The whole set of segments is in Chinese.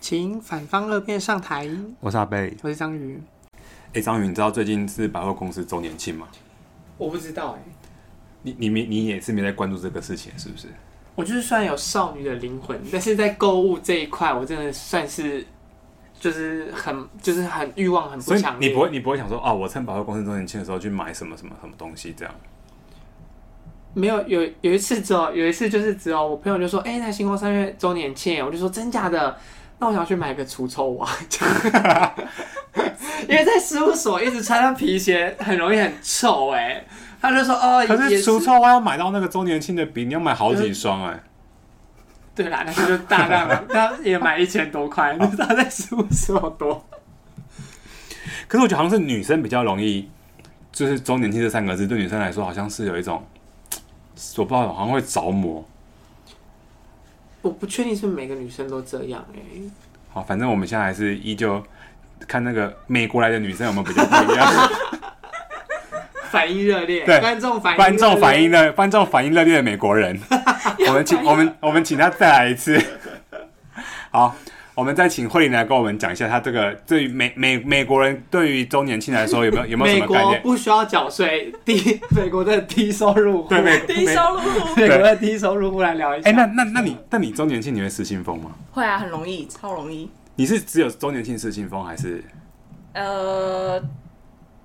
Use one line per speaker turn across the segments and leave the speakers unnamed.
请反方二辩上台。
我是阿贝。
我是章鱼，
哎、章鱼，你知道最近是百货公司周年庆吗？
我不知道哎、
你你没你也是没在关注这个事情，是不是？
我就是算有少女的灵魂，但是在购物这一块，我真的算是就是很就是很欲望很
所
不
以
强烈。
你不会你不会想说哦，我趁百货公司周年庆的时候去买什么什么什么东西这样？
没有有有一次只有有一次就是只有我朋友就说，哎、那星光三月周年庆，我就说真假的，那我想去买个除臭袜， 因为在事务所一直穿上皮鞋很容易很臭哎、他就说哦，
可
也
是除臭袜要买到那个周年庆的笔，你要买好几双哎、
对啦，那就是大量的，那也买一千多块，你知道在事务所有多。
可是我觉得好像是女生比较容易，就是周年庆这三个字对女生来说好像是有一种，我不知道好像会着魔。
我不确定是不是每个女生都这样哎、
好，反正我们现在还是依旧看那个美国来的女生有没有比较不一样。
反应热烈，
对
观众反应，
观众反应，热，观众反应热烈的美 国人，我们请我们我们请他再来一次。 好，我们再请慧玲来跟我们讲一下，他这个对于美美美国人对于周年庆来说有没有有没有
美
什么概
国
念？
不需要缴税，低美国的低收入户，
对美
低
美
收入户
美国的低收入户来聊一下。
哎、那那那你那你周年庆你会失心疯吗？
会啊，很容易，超容易。
你是只有周年庆失心疯，还是
呃，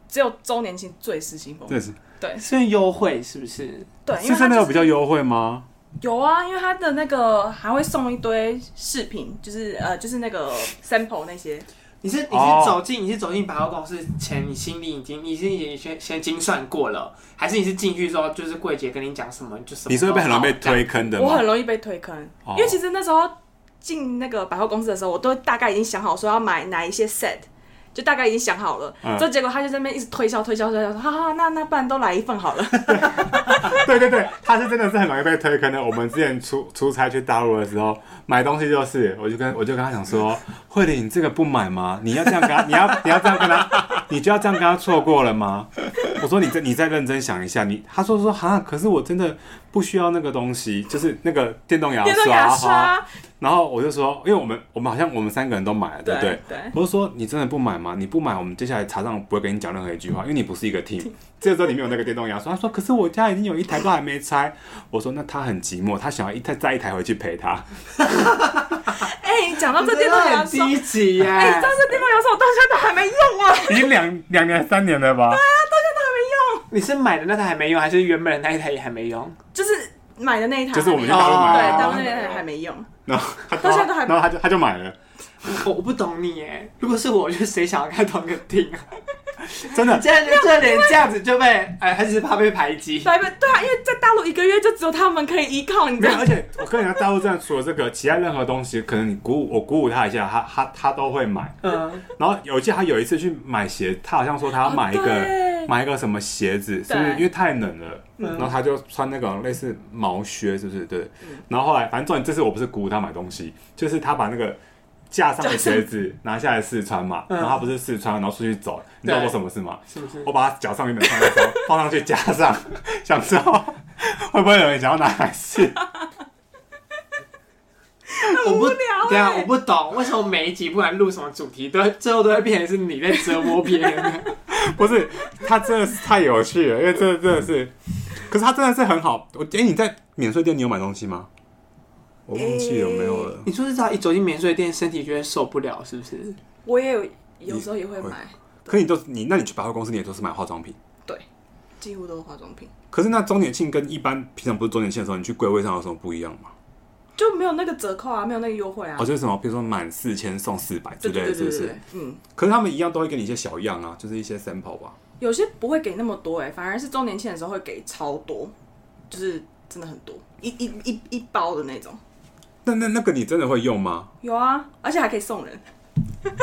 只有周年庆最失心疯。
这是
对
是优惠是不是？
对，因
是
为它
真的
就
有
是
比较优惠吗？
有啊，因为它的那个还会送一堆饰品，就是呃，就是那个 sample 那些。
你是你
哦
是走进、你是走进百货公司前，你心里已经你是已经先先精算过了，还是你是进去之后就是柜姐跟你讲什么你就什么？
你是会被很容易被推？坑的
哦我
吗
很？容易被推坑，
哦
因为其实那时候进那个百货公司的时候，我都大概已经想好说要买哪一些 set。就大概已经想好了，
嗯
之后结果他就在那边一直推销推销推销，说哈哈，那那不然都来一 份好了。
对对对，他是真的是很容易被推坑的。我们之前出 出差去大陆的时候，买东西就是，我就跟我就跟他讲说，慧玲，你这个不买吗？你要这样跟他， 你要你要这样跟他，你就要这样跟他错过了吗？我说你再你再认真想一下，你他说说哈，可是我真的不需要那个东西，就是那个电动牙
电动牙刷，
然后我就说，因为我们我们好像我们三个人都买了， 对不对？
对对
我就说你真的不买吗？你不买，我们接下来茶上不会跟你讲任何一句话，因为你不 是一个 team。这时候你没有那个电动牙刷，他说可是我家已经有一台都还没拆。我说那他很寂寞，他想要一台再一台回去陪 他。
哎、讲到
这
这电动牙
很
刷，哎、
低级耶、
讲到这电动牙刷，我到现在都还没用啊，
已经两两年三年了吧？
你是买的那台还没用，还是原本的那一台也还没用？
就是买的那一台，
就是我们去
对，
大陆买的
哦
啊，
大陆那一台还没用。
然后他
到现在都还
然后他就他就买了，
我我不懂你耶，如果是我，我就谁想要看同一个厅啊？
真 的。
这样这连这样子就被哎，还是怕被排挤。
对对啊，因为在大陆一个月就只有他们可以依靠，你知
没有，
道
而。且我跟人家大陆这样，除了这个，其他任何东西，可能你鼓舞我鼓舞他一下，他他他都会买。
嗯，
然后有一记得他有一次去买鞋，他好像说他要买一
哦
个
对
买一个什么鞋子，是不是
对
因为太冷了？
嗯
然后他就穿那种类似毛靴，是不是？对。
嗯
然后后来，反正重点这次我不是鼓舞他买东西，就是他把那个架上的鞋子拿下来试穿嘛，
嗯
然后他不是试穿，然后出去走，你知道
对
我什么事吗？
是不是
我？把他脚上面的放在手放上去加上， 想知道会不会有人想要拿来试？
我不
无聊欸
对啊，我不懂为什么每一集不管录什么主题，都最后都会变成是你在折磨别人。
不是，他真的是太有趣了，因为这真的是，可是他真的是很好。我哎、你在免税店你有买东西吗？我忘记有没有了。
你说是只要一走进免税店，身体就会受不了，是不是？
我也有有时候也会买，
可你都你那你去百货公司你也都是买化妆品，
对，几乎都是化妆品，
可是那周年庆跟一般平常不是周年庆的时候，你去柜位上有什么不一样吗？
就没有那个折扣啊，没有那个优惠啊
哦，。就是什么，比如说满四千送四百之
对
类
对
的，是
对对
不
对，
是
对？嗯，
可是他们一样都会给你一些小样啊，就是一些 sample 吧。
有些不会给那么多哎、反而是周年庆的时候会给超多，就是真的很多，一一一一包的那种。
那那那个你真的会用吗？
有啊，而且还可以送人。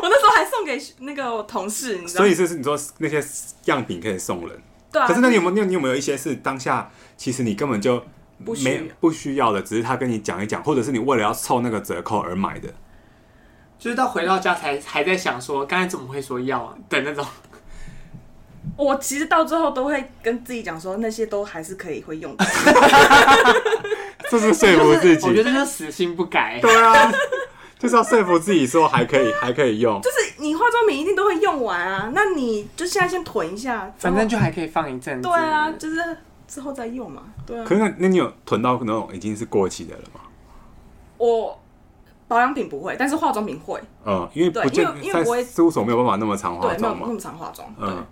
我那时候还送给那个我同事，你知道
所
吗？
以就是你说那些样品可以送人，
对啊，
可是那你有没有你有没有一些是当下其实你根本就
不需
没不需要的，只是他跟你讲一讲，或者是你为了要凑那个折扣而买的？
就是到回到家才还在想说，刚才怎么会说要啊的 那种。
我其实到最后都会跟自己讲说，那些都还是可以会用的。
这是说服自
我觉
己。
得这就是死性不改。
对啊，就是要说服自己说还可以，还可以用。
就是你化妆品一定都会用完啊，那你就现在先囤一下，之后
反正就还可以放一阵子。
对啊，就是之后再用嘛，对啊
可。是那那你有囤到那种已经是过期的了吗？
我保养品不会，但是化妆品会，
嗯，因为
对
不见
因为因为
在
不会
事务所没有办法那么常化
对，没有
妆
那
嘛。
么常化妆，
嗯，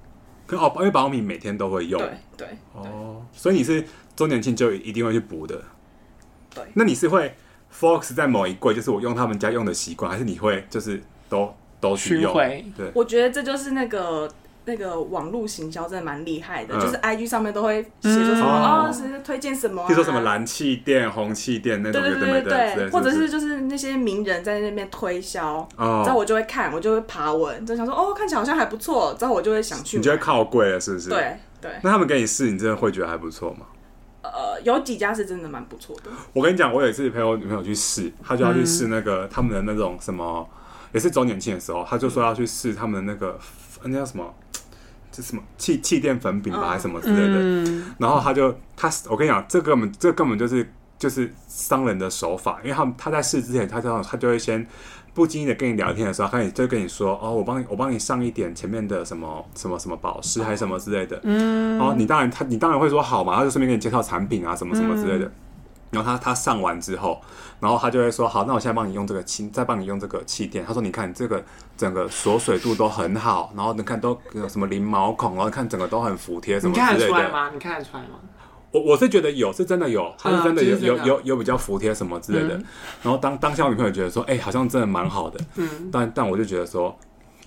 可哦，因为保养品每天都会用
对。对对
哦，所以你是周年庆就一定会去补的。
对
那你是会 focus 在某一柜，就是我用他们家用的习惯，还是你会就是都都去
巡
用？
回
对，
我觉得这就是那个那个网络行销真的蛮厉害的，
嗯
就是 IG 上面都会写说什么
嗯
啊，谁、谁推荐什么、啊，
譬如说什么蓝气垫、红气垫那
对
种
对
有的没
对
的
对
之类
对，
的，
或者
不
是就是那些名人在那边推销，之
哦，
后我就会看，我就会爬文，就想说哦，看起来好像还不错，之后我就会想
你
去买。
就会靠柜了，是不是？。
对对，
那他们给你试，你真的会觉得还不错吗？
呃，有几家是真的蛮不错的，
我跟你讲，我有一次陪我女朋友去试，她就要去试那个、他们的那种什么，也是周年庆的时候，她就说要去试他们的那个那叫什么，这什么气气垫粉饼吧，
嗯
还是什么之类的。
嗯，
然后他就他，我跟你讲，这根本这根本就是就是商人的手法，因为他们他在试之前，他就他就会先不经意的跟你聊天的时候，他也就跟你说哦，我帮你我帮你上一点前面的什么什么什么保湿还是什么之类的，嗯，然后你当然他你当然会说好嘛，他就顺便给你介绍产品啊什么什么之
嗯
类的。然后他他上完之后，然后他就会说好，那我现在帮你用这个气，再帮你用这个气垫。他说你看这个整个锁水度都很好，然后你看都有什么零毛孔，然后看整个都很服帖什
你
么之类的。
看得出来吗？你看得出来吗？
我我是觉得有，是真的有，他是真的有、
嗯就是
有
真的
有有比较服帖什么之类的。然后当当下我女朋友觉得说，哎、好像真的蛮好的，
嗯，
但但我就觉得说，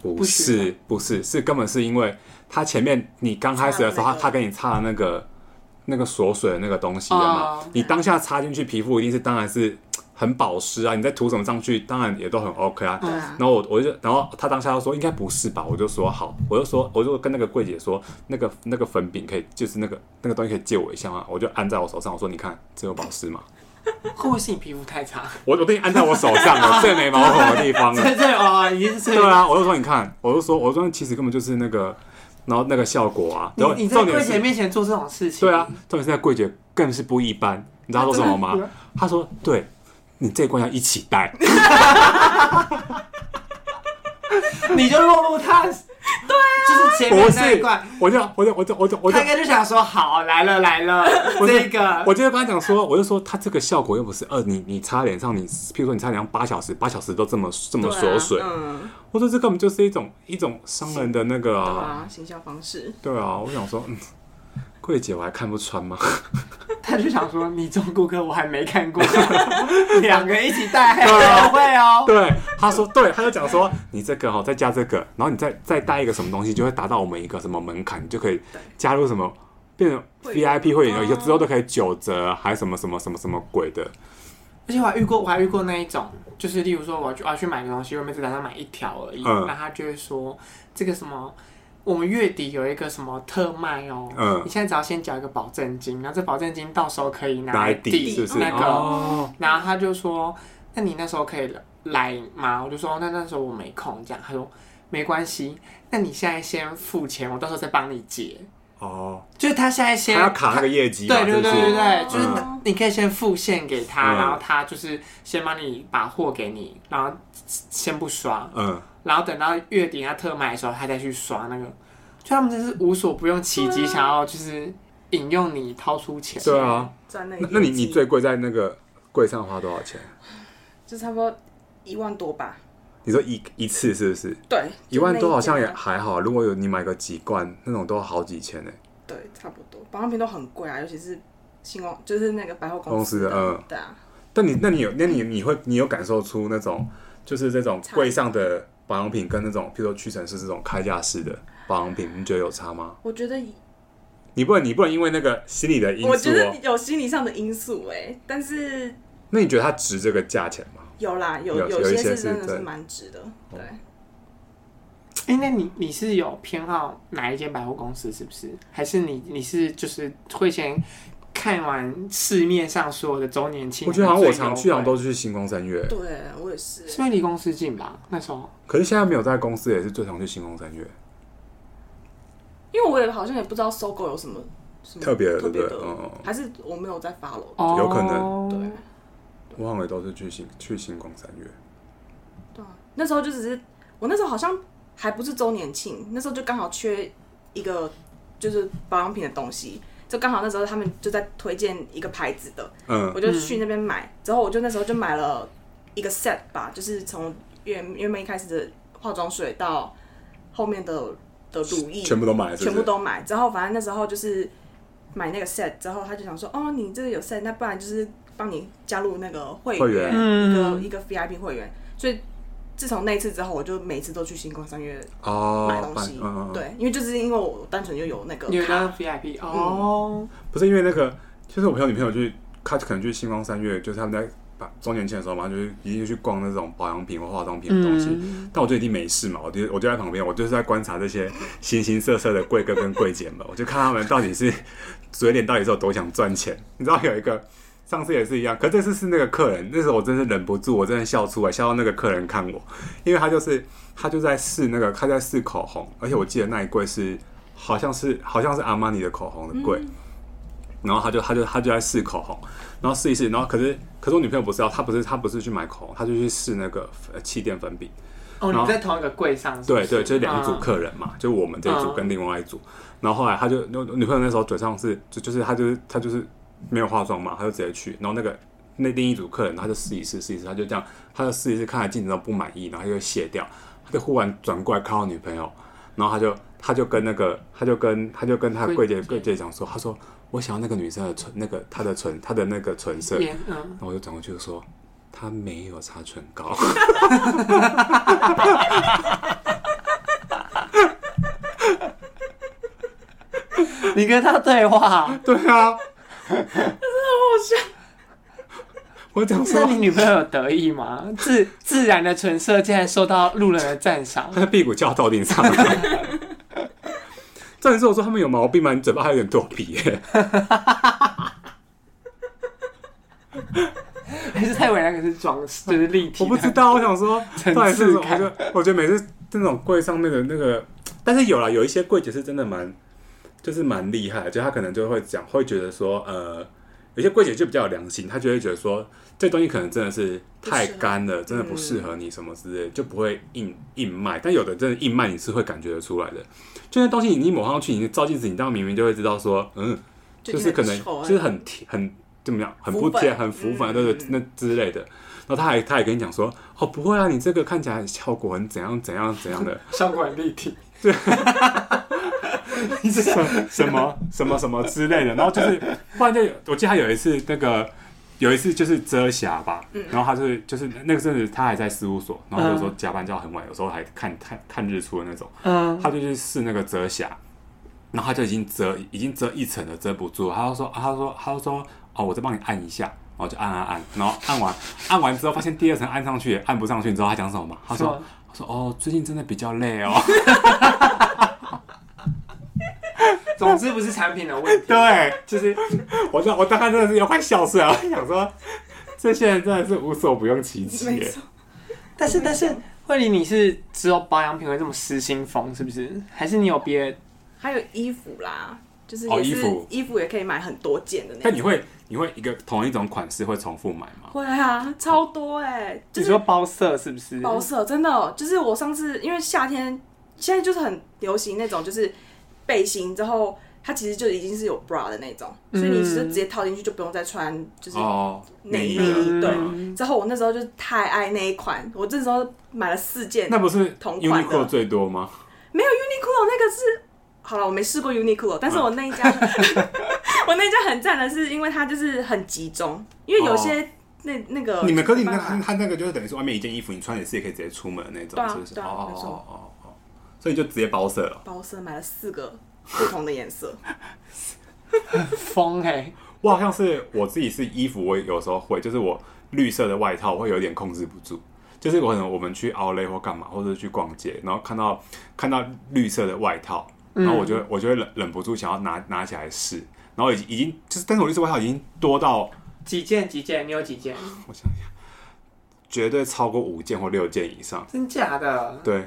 不
不
是不是，是根本是因为他前面你刚开始的时候，他他
擦了那个
给你擦的那个那个锁水的那个东西了嘛，
哦
你当下插进去皮肤一定是当然是很保湿啊，你再涂什么上去，当然也都很 OK
嗯
啊。
对啊，
然后我我就，然后他当下就说应该不是吧，我就说好，我就说我就跟那个柜姐说，那个那个粉饼可以，就是那个那个东西可以借我一下吗？我就按在我手上，我说你看这有保湿吗？
会不会是你皮肤太 差？
我我都已经按在我手上了，最没毛孔的地方了。
对对哦，已经是
对啊啊，我就说你看，我就说我就说其实根本就是那个，然后那个效果啊，然后
你你在
重点
柜姐
是，
面前做这种事情，
对啊，，重点是在柜姐更是不一般，你知道她说什么
她啊真的
吗？她说对。你这一罐要一起带，
你就落入他， 对啊，就是前面
不
那一
是
罐，，
我就我就我就我就我就
他应该就想说好来了来了，
我就
这 个
我就跟他讲说，我就说他这个效果又不是呃，你你擦脸上，你譬如说你擦脸上八小时，八小时都这么这么
对啊
锁水，
嗯，
我说这根本就是一种一种商人的那个
对
啊，
啊，行销方式，
对啊，我想说，嗯，柜姐我还看不穿吗？
他就想说你中顾客我还没看 过，两个一起带还
啊
不会哦，
对，他说对，他就讲说你这个哦，再加这个，然后你再再带一个什么东西，就会达到我们一个什么门槛，你就可以加入什么。变成
会
VIP
嗯
会员，
哦
有之后都可以九折，还什么什么什么什么鬼的。
而且我还遇过，我还遇过那一种，就是例如说我要去我要去买个东西，我每次打算买一条而已，
嗯
那他就会说这个什么。我们月底有一个什么特卖哦，
嗯
你现在只要先缴一个保证金，然后这保证金到时候可以拿
拿来
来
抵是不是？
那个
哦，
然后他就说：“那你那时候可以来吗？”我就说：“那那时候我没空。”这样，他说：“没关系，那你现在先付钱，我到时候再帮你结。
哦，”
就是他现在先
他要卡那个业绩嘛，
对对对
是不是
对对，
嗯
就是你可以先付现给他，
嗯
然后他就是先帮你把货给你，然后先不刷，
嗯，
然后等到月底他特卖的时候，他再去刷那个。就他们真是无所不用其极，
对啊
想要就是引诱你掏出钱。
对啊。
赚那个
那那你
业绩
你最贵在那个柜上花多少钱？
就差不多一万多吧，
你说一一次是不是？
对，
一万多好像也
就那一啊家
还好，如果有你买个几罐那种都好几千呢、
对，差不多，保养品都很贵啊，尤其是星光，就是那个百货公
公司的嗯
对啊，
但你那你有那你你会你有感受出那种就是这种
差
柜上的保养品跟那种譬如说屈臣氏这种开架式的保养品，你觉得有差吗？
我觉得
你不能你不能因为那个心理的因
我
素
觉得
哦、
有心理上的因素哎、但是
那你觉得它值这个价钱吗？
有啦，有
有有一
些
些
是
是
真的
对哦
是蛮值的，对，
哎、那你你是有偏好哪一间百货公司，是不是？还是你你是就是会先看完市面上所有的周年庆？
我觉得好像我
最优
常
惠
去，好像都是去星光三月，
对我也是
是因为离公司近吧？那时候
可是现在没有在公司，也是最常去星光三月。
嗯因为我也好像也不知道搜狗有什么什么
特别的
特别
对不对嗯嗯
还是我没有哦在 follow，
哦，
有可
对
能我好像也都是去星去星光三月。
对啊，那时候就只是我那时候好像还不是周年庆，那时候就刚好缺一个就是保养品的东西，就刚好那时候他们就在推荐一个牌子的，
嗯，
我就去那边买，之后我就那时候就买了一个 set 吧，就是从原原本一开始的化妆水到后面的的乳液，
全部都买了是不是
全部都买。之后反正那时候就是买那个 set 之后，他就想说，哦，你这个有 set，那不然就是帮你加入那个会
会
员，
员
一个、
嗯，
一个 VIP 会员。所以自从那次之后，我就每次都去星光三月
哦，
买东西。
嗯嗯嗯
对，因为就是因为我单纯就有那个
你有
卡，
当 VIP 哦，
不是因为那个，就是我朋友女朋友去，她可能去星光三月，就是他们在把周年庆的时候嘛，就是一定去逛那种保养品或化妆品的东西。
嗯
但我就一定没事嘛，我就我就在旁边，我就是在观察这些形形色色的贵哥跟贵姐们，我就看他们到底是嘴脸到底是有多想赚钱。你知道有一个上次也是一样，可这次是那个客人，那时候我真是忍不住，我真的笑出来，笑到那个客人看我，因为他就是他就在试那个他在试口红，而且我记得那一柜是好像是好像是阿玛尼的口红的柜。然后他就他就他就在试口红，然后试一试，然后可是可是我女朋友不是要，啊她不是她不是去买口红，她就去试那个呃气垫粉饼，
哦，你
然
们
后
在同一个柜上是不
对
是，
对，就是两组
嗯
客人嘛，就我们这一组跟另外一组。然后后来他就，我女朋友那时候嘴上是，就就是他就是他就是没有化妆嘛，他就直接去。然后那个那另一组客人，他就试一试试一试，他就这样，他就试一试，看来镜子上不满意，然后他就卸掉，他就忽然转过来看到女朋友，然后他就他就跟那个他就跟他就跟他柜
柜
姐
姐
柜姐讲说，他说我想要那个女生的唇，那个她的唇，她的那个唇色。
也嗯，
然后我就转过去就说，她没有擦唇膏。
你跟他对话，
对啊，我讲说
那你女朋友有得意吗？自自然的唇色竟然受到路人的赞 赏
他，的屁股翘到头顶 上。重点是我说他们有毛病吗？你嘴巴还有点多皮耶、
还是太伟那个是装饰，就是立体
我
的？
不知道，我想说，
层
到底是
次
我觉
感
得，我觉得每次那种柜上面的那个，但是有啦，有一些柜姐是真的蛮，就是蛮厉害的，就她可能就会讲，会觉得说，呃，有些柜姐就比较有良心，她就会觉得说，这东西可能真的是太干了，真的不适合你什么之类的，就不会硬硬卖。但有的真的硬卖，你是会感觉得出来的。就那东西你一抹上去，你照镜子，你当明明就会知道说，嗯，就是可能就是很贴很怎么样，很不
啊浮
贴，
粉
很浮粉，
嗯
对对，那之类的。然后他还他还跟你讲说，哦，不会啊，你这个看起来效果很怎样怎样怎 样 的，
效果很立体，
你是什什么什么什么之类的。然后就是，不然就有我记得他有一次那个有一次就是遮瑕吧，
嗯
然后他就是就是那个阵子他还在事务所，然后有时候加班到很晚，有时候还看看看日出的那种。
嗯，
他就去试那个遮瑕，然后他就已经遮已经遮一层了，遮不住。他就说，他就说，他就说，哦，我再帮你按一下，然后就按按按，然后按完按完之后，发现第二层按上去也按不上去，你知道他讲什么吗？他
什
说
么，
他说，哦，最近真的比较累哦。
总之不是产品的问题，
对，
就是
我当我当时真的是要快笑死了，我想说，这些人真的是无所不用其极
没
耶。
错，
但是但是，慧玲，你是只有保养品会这么失心疯，是不是？还是你有别的？
还有衣服啦，就是
哦
也是、
衣服
衣服也可以买很多件的那
但
种。
你会你会一个同一种款式会重复买吗？
会啊，超多哎、就
你
是
说包色是不是？
嗯
包色真的，哦就是我上次因为夏天现在就是很流行那种就是背心之后。它其实就已经是有 bra 的那种，所以你就直接套进去就不用再穿，就是
嗯哦，
内衣
的
对
嗯
之后我那时候就太爱那一款，我这时候买了四件。
那不是
同款的
Uniqlo 最多吗？
没有 Uniqlo 那个是，好了，我没试过 Uniqlo，但是我那一家，
嗯
我那一家很赞的是，因为它就是很集中，因为有些、那那个
哦你们可是你那
没
个
办法
他他那个就是等于说外哦面一件衣服你穿也是也可以直接出门的那
对
种，
啊
是不是？
对
哦
啊
哦
没错
哦哦哦，所以就直接包色了。
包色买了四个不同的颜色，
疯哎、
我好像是我自己是衣服，我有时候会就是我绿色的外套我会有点控制不住，就是我可能我们去 Outlet 或干嘛，或者是去逛街，然后看到看到绿色的外套，
嗯
然后我就会我就会忍忍不住想要拿拿起来试，然后已经已经就是，但是我绿色外套已经多到
几件几件？你有几件？
我想想，绝对超过五件或六件以上。
真假的？
对，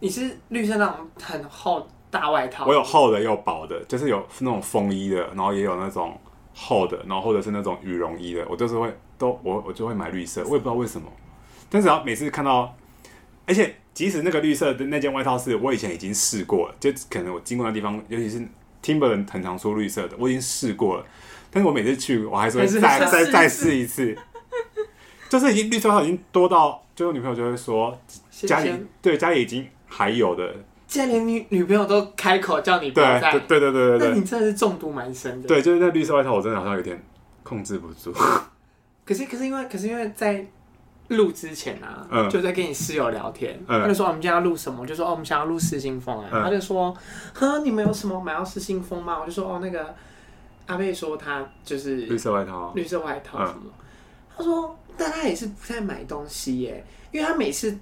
你是绿色那种很厚大外套？
我有厚的，也有薄的，就是有那种风衣的，然后也有那种厚的，然后或者是那种羽绒衣的，我就是会都我我就会买绿色，我也不知道为什么，但是然后每次看到，而且即使那个绿色的那件外套是我以前已经试过了，就可能我经过的地方，尤其是 Timberland 很常说绿色的，我已经试过了，但是我每次去我还是会
还是
再
想
再
试
再
一次
试一次，就是已经绿色外套已经多到，就是我女朋友就会说
先
家里
先
对家里已经还有的，
既然连你女朋友都开口叫你不
对
要再
对，对对对对
那
对
你真的是中毒蛮深的。
对，就是那绿色外套，我真的好像有点控制不住，
可是可是因为可是因为在录之前啊，
嗯
就在跟你室友聊天，
嗯
他就说、哦我们今天要录什么，我就说哦我们想要录失心疯啊，
嗯
他就说呵你们有什么买到失心疯吗？我就说哦那个阿贝说他就是
绿色外套，
绿色外
嗯
套什么，他说但他也是不太买东西耶，因为他每次。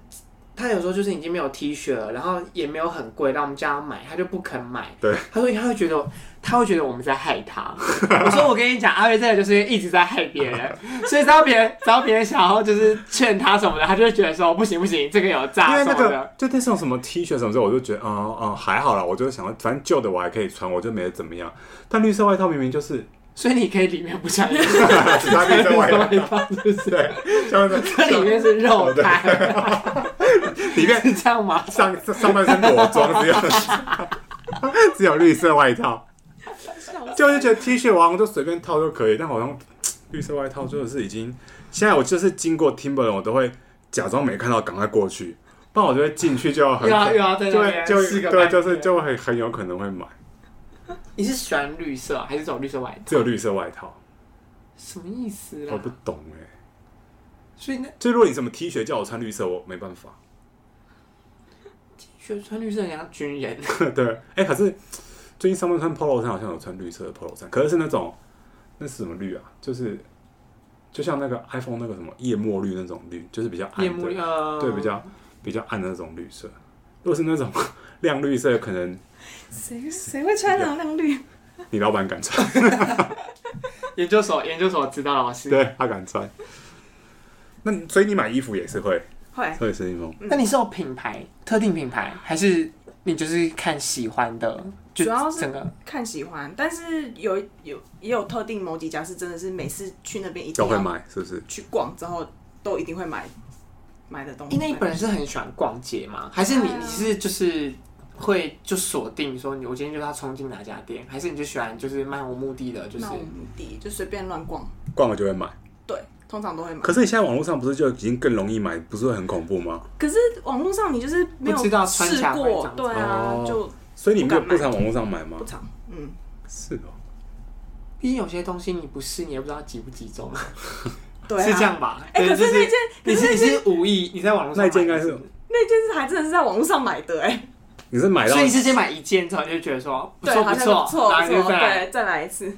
他有时候就是已经没有 T 恤了，然后也没有很贵，让我们叫他买，他就不肯买。
对，
他说他会觉得他会觉得我们在害他。 我说我跟你讲，阿瑞真的就是一直在害别 人，所以只要别人只要别人想要就是劝他什么的，他就会觉得说不行不行，这个有
因
诈
为
什
那
么
个
的。
就那种什么 T 恤什么之后，我就觉得，嗯嗯，还好啦，我就想，反正旧的我还可以穿，我就没怎么样。但绿色外套明明就是，
所以你可以里面不想要
只穿绿色外套，
是不 是？
对，像是
这里面是肉干，
里面
是这样吗？
上上半身裸装，只有只有绿色外 套，就是觉得 T 恤王就随便套就可以，但好像绿色外套就是已经，现在我就是经过 Timberland，我都会假装没看到，赶快过去，不然我就会进去就要
又
很
要又要在
就
那
会
边
就
四个
对，
半
就是
月
就会很有可能会买，
你是喜欢绿色啊还是走绿色外套？
只有绿色外套，
什么意思
我
啦
不？懂哎、
所以那
就如果你什么 T 恤叫我穿绿色，我没办法。
就穿绿色很像军人，啊
对，哎、可是最近上班穿 polo 衫好像有穿绿色的 polo 衫，可是是那种那是什么绿啊？就是就像那个 iPhone 那个什么夜墨绿那种绿，就是比较暗
夜幕
的，
呃，
对，比较比较暗的那种绿色。如果是那种 亮绿色，可能
谁谁会穿那种亮绿？
你老板敢穿，
研究所研究所指导老师。
对他敢穿。那你所以你买衣服也是会
会
会是一风，
那你是有品牌特定品牌，还是你就是看喜欢的？就
主要是
整个
看喜欢，但是有有也有特定某几家是真的是每次去那边一定
都会
要
买，是不是？
去逛之后都一定会买买的东西。
因为你本人是很喜欢逛街吗？还是你
嗯
你是就是会就锁定说你我今天就是要冲进哪家店，还是你就喜欢就是漫无目的的，就是
漫无目的，就随便乱逛，
逛了就会买。
对，通常都会买。
可是你现在网络上不是就已经更容易买，不是会很恐怖吗？
可是网络上你就是没有
不知道穿
试
起来会
过，
长怎
对
么
啊，
哦
就
所以你没有
不敢
不
买
常网络上买吗
不？长，嗯，
是哦，
毕竟有些东西你不试，你也不知道集不集中，
对啊，
是这。样吧？
哎、
对
可是那件，
你
可
是
是
你是无意你在网络上
那一件应
买
该
的
是
那件是还真的是在网络上买的、哎，
你是买到
所以你是先买一件之后你就觉得说不
对，
错
好像
错，
不错，
然后
不
你就
错，
再来
对，再来一次。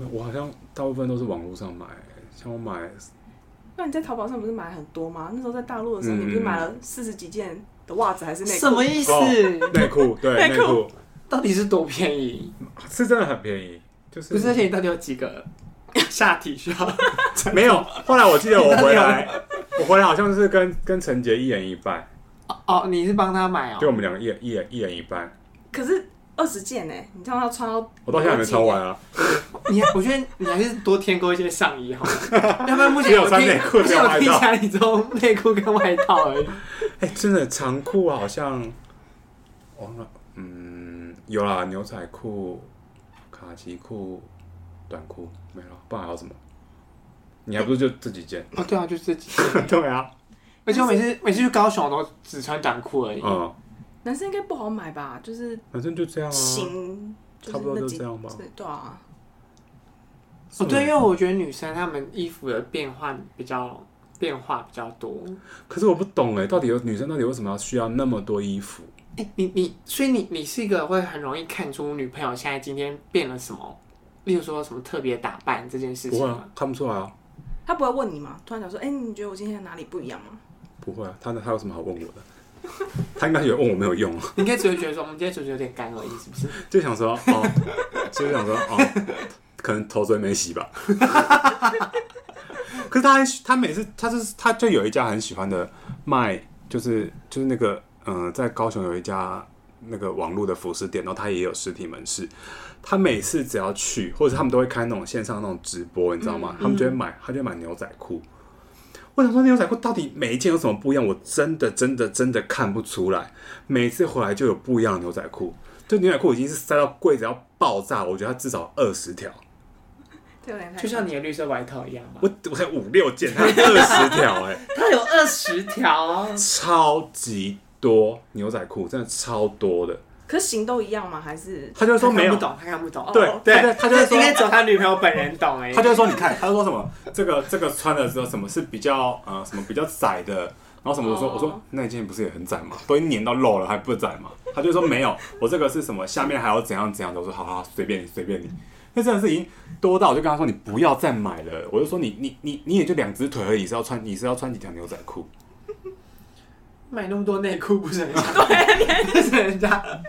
我我好像大部分都是网络上买，像我买，
那你在淘宝上不是买很多吗？那时候在大陆的时候，
嗯
你不是买了四十几件的袜子还是内裤？
什么意思？
哦内裤，对
内
内
裤
裤
到底是多便宜？
是真的很便宜，就是
不是，而且你到底有几 个下体需要？
没有。后来我记得我回来，我回来好像是跟跟陈杰一人一半，
哦，你是帮他买
就
哦？
我们两个一人一人一人一半，
可是二十件呢、你这样要穿到
我到现在还没穿完啊。
你还我觉得你还是多添购一些上衣好了， 要不然目前
只有
我
穿
听
内裤
目前
没有
我
外
听
套
起来你只有内裤跟外套而已。
哎、真的长裤好像忘了，嗯，有啦，牛仔裤、卡其裤、短裤没了，不然还有什么？你还不是就这几件？
哦，对啊，就是这 几件。
对啊，
而且我每次每次去高雄，我都只穿短裤而已。
嗯。
男生应该不好买吧？就是
反正就这样啊。
型，就是
差不多
那
就
几
这样吧
是对啊，
哦，对，因为我觉得女生她们衣服的变换比较变化比较多。
可是我不懂哎，到底有女生到底为什么要需要那么多衣服？
哎，你你，所以你你是一个会很容易看出女朋友现在今天变了什么，例如说什么特别打扮这件事
不
情
会
吗
啊？，看不出来啊，
他不会问你吗？突然讲说，哎、你觉得我今天哪里不一样吗？
不会啊。他他有什么好问我的？他应该觉得问我没有用啊，
你应该只会觉得说，我们今天只是有点干而已，是 不是？
就想说哦，就想说哦，可能头嘴没洗吧。 可是他还他每次他就是他就有一家很喜欢的卖，就是就是那个嗯、呃在高雄有一家那个网络的服饰店，然后他也有实体门市。他每次只要去，或者他们都会开那种线上那种直播，你知道吗？他们就会买，他就会买牛仔裤。我想说牛仔裤到底每一件有什么不一样？我真的真的真的看不出来。每次回来就有不一样的牛仔裤，这牛仔裤已经是塞到柜子要爆炸，我觉得它至少二十条，
这有点太
就像你的绿色外套一样嘛。
我我才五六件，它二十条哎，
它有二十条，哦
超级多牛仔裤，真的超多的。
可是型都一样吗？还是
他就说没有
他看不，懂，他看不懂。
对
哦
对对，他就会说
应该只有他女朋友本人懂哎。
他就会说，你看，他就说什么这个这个穿的时候什么是比较呃什么比较窄的，然后什么我说、
哦
我说那一件不是也很窄吗？都已经粘到漏了还不窄吗？他就说没有，我这个是什么下面还要怎样怎样的，我说好好随便你随便你。那真的是已经多到我就跟他说你不要再买了，我就说你你你你也就两只腿而已，是要穿你是要穿几条牛仔裤？
买那么多内裤不是人家， 对，啊不是人家。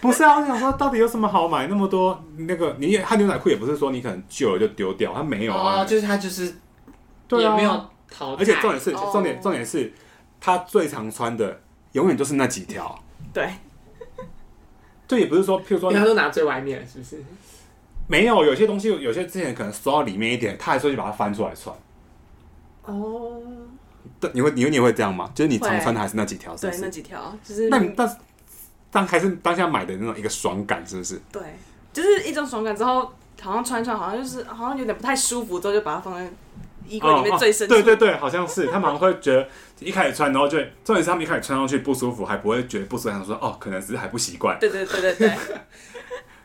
不是啊，我想说到底有什么好买那么多？那个你也他牛仔裤也不是说你可能旧了就丢掉，他没有啊，
哦，就是他就是
对啊
也没有淘汰，
而且重点是，
哦
重点重点是，他最常穿的永远都是那几条。
对？
这也不是说，譬如说
因为他都拿最外面了，是不是？
没有有些东西，有些之前可能收到里面一点，他还说去把它翻出来穿。
哦，
但你会你会你会这样吗？就是你常
会
穿的还是那几条，是不
对，那
是？
几条就是
那你但是但还是当下买的那种一个爽感，是不是？
对，就是一种爽感之后，好像穿一穿好像就是好像有点不太舒服，之后就把它放在衣柜里面最深处。
哦对对对，好像是他们好像会觉得一开始穿，然后就重点是他们一开始穿上去不舒服，还不会觉得不舒服，想说哦，可能只是还不习惯。
对对对对对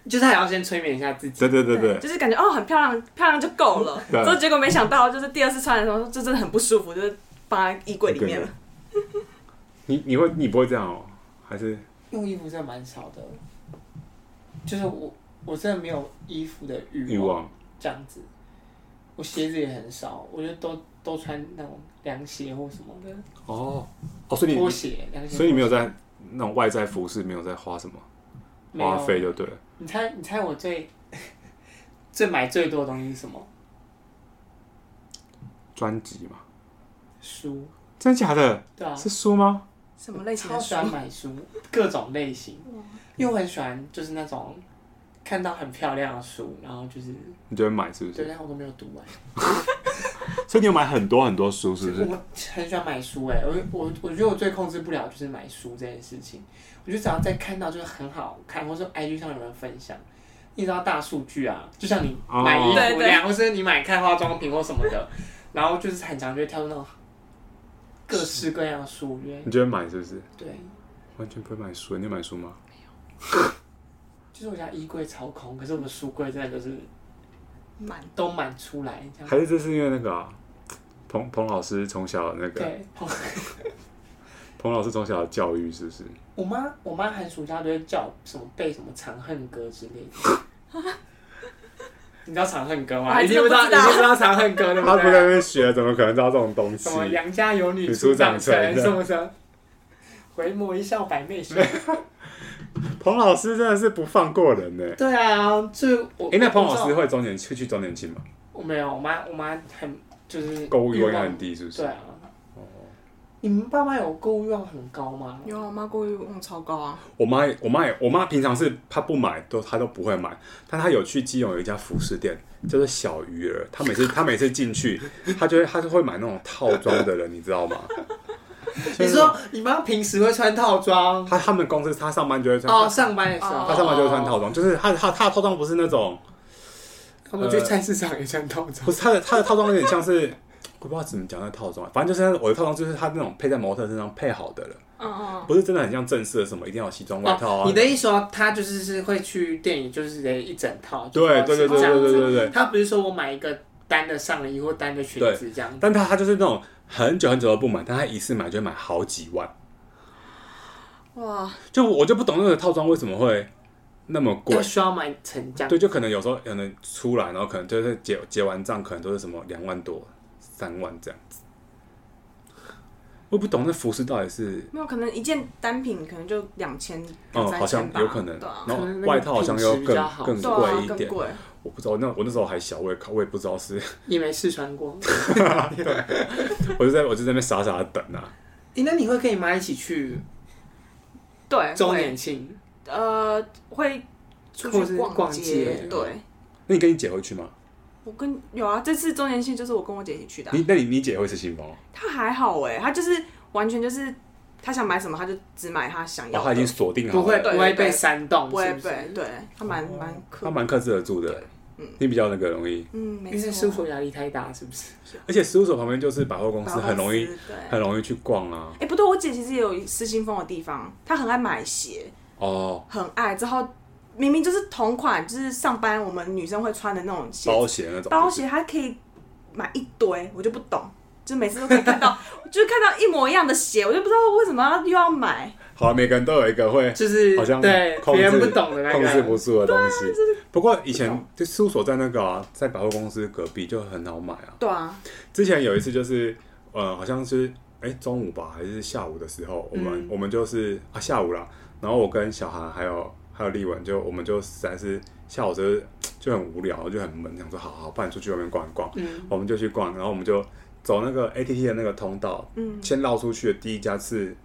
就是他也要先催眠一下自己。
对对对 对，
就是感觉哦很漂亮，漂亮就够了。
对
之后结果没想到，就是第二次穿的时候，就真的很不舒服，就是放在衣柜里面了。
你你会你不会这样哦？还是
用衣服真的蛮少的，就是我我真的没有衣服的
欲
欲望
望？
这样子。我鞋子也很少，我就都都穿那种凉鞋或什么的，
哦哦，所以你
拖鞋、凉鞋。
所以你没有在那种外在服饰，没有在花什么
没有
花费就对了。
你猜，你猜我最最买最多的东西是什么？
专辑嘛，
书，
真假的？
对啊，
是书吗？
什么类型
超
的
喜
书？
欢买书，各种类型，因为我很喜欢就是那种看到很漂亮的书，然后就是
你就会买是不
对，
是？
但我都没有读完。
所以你有买很多很多书是不是？
我很喜欢买书、哎，我我我觉得我最控制不了就是买书这件事情。我就只要在看到就是很好看，或者 IG 上有人分享，你知道大数据啊，就像你
哦
买衣
对
服那
对
样，或是你买看化妆品或什么的，然后就是很常就会挑出那种各式各样的书，因为
你就会买是不是？
对，
完全不会买书，你有买书吗？
就是我家衣柜超空，可是我们书柜真的就是
满
都满出来这样。
还是这是因为那个啊？彭彭老师从小那个
对，
彭老师从小的教育是不是？
我妈我妈寒暑假都会叫什么背什么《长恨歌》之类的。 你知道《长恨歌》
我
吗？
还
一定
真的
知道，一
不知道
定不知道《长恨歌》对
他不
不
在那
对？
边学，怎么可能知道这种东西
什？么杨家有女
女
初
初
长
长
成
成，
什么什么，回眸一笑百媚 生。
彭老师真的是不放过人呢。
对啊，就我。
哎，那彭老
我
师
知道
会周年去去周年庆吗？
我没有，我妈我妈很就是
购物欲望也很低是不是哦
对？啊。你们爸妈有购物欲望很高吗？
有啊，我妈过于望超高啊，
我妈也，我妈也，我妈平常是她不买，都她都不会买，但她有去基隆有一家服饰店，叫做小鱼儿，她每次她每次进去，她就会她就会买那种套装的人，你知道吗？
你说你妈平时会穿套装
她他们公司她上班就会穿，
哦，上班的时候哦
她上班就会穿套装，就是她她她的套装不是那种，
我们去菜市场也穿套装
不，是她的她的套装有点像是，我不知道怎么讲那套装，反正就是我的套装就是她那种配在模特身上配好的了，
嗯
不是真的很像正式的什么一定要有西装外套
哦
啊，
你的意思说他就是是会去电影，就是得一整套？
对对对对对对对对。
他不是说我买一个单的上衣或单的裙子这样子，
但他他就是那种很久很久都不买，但他一次买就买好几万，
嗯，哇，
就我就不懂那个套装为什么会那么贵
他。需要买成这样。
对，就可能有时候可能出来，然后可能就是结结完账，可能都是什么两万多、三万这样子。我不懂那服饰到底是，
没有可能一件单品可能就两千，
嗯，
三
好像
千吧，
有可能，
对啊
然，后
可能那个
外套好像又
品质比
更
较好
更
对啊
贵，一
更
点。
贵，
我不知道，那我那时候还小，我也靠我也不知道是，
你没试穿过？
我就在我就在那边傻傻的等啊。
诶那你会跟你妈一起去
对，
周
会
年庆？
呃会出
或是
去
逛
街
街，
对，
那你跟你姐会去吗？
我跟有啊，这次周年庆就是我跟我姐一起去的啊、
你那你你姐会吃杏鲍，哦，
她还好哎、她就是完全就是她想买什么，她就只买她想要的，
哦她已经锁定好了，
不会
对
不会
对
被煽动，
不会
是不
被
是？
对，她蛮蛮可
她，蛮克制得住的。你比较那个容易，
嗯，没
因为
错
生，活压力太大，是不是？
而且事务所旁边就是百货公司，
百货
很容易
公司对。
很容易去逛啊。
哎、不对，我姐其实也有失心疯的地方，她很爱买鞋，
哦，
很爱。之后明明就是同款，就是上班我们女生会穿的那种鞋子，
包鞋那种，
包鞋她可以买一堆，我就不懂，就每次都可以看到，就是看到一模一样的鞋，我就不知道为什么要又要买。
好啊，每个人都有一个会
就是
好像
对
控制
别人不懂的那
控制
个
不，住的东西。不过以前就事务所在那个啊，在百货公司隔壁就很好买啊。
对啊，
之前有一次就是，呃，好像是哎、中午吧，还是下午的时候，我们、我们就是啊下午啦，然后我跟小韩还有还有丽文就我们就实在是下午就是就很无聊，就很闷，想说好好，不然出去外面逛一逛，
嗯，
我们就去逛，然后我们就走那个 ATT 的那个通道，
嗯，
先绕出去的第一家是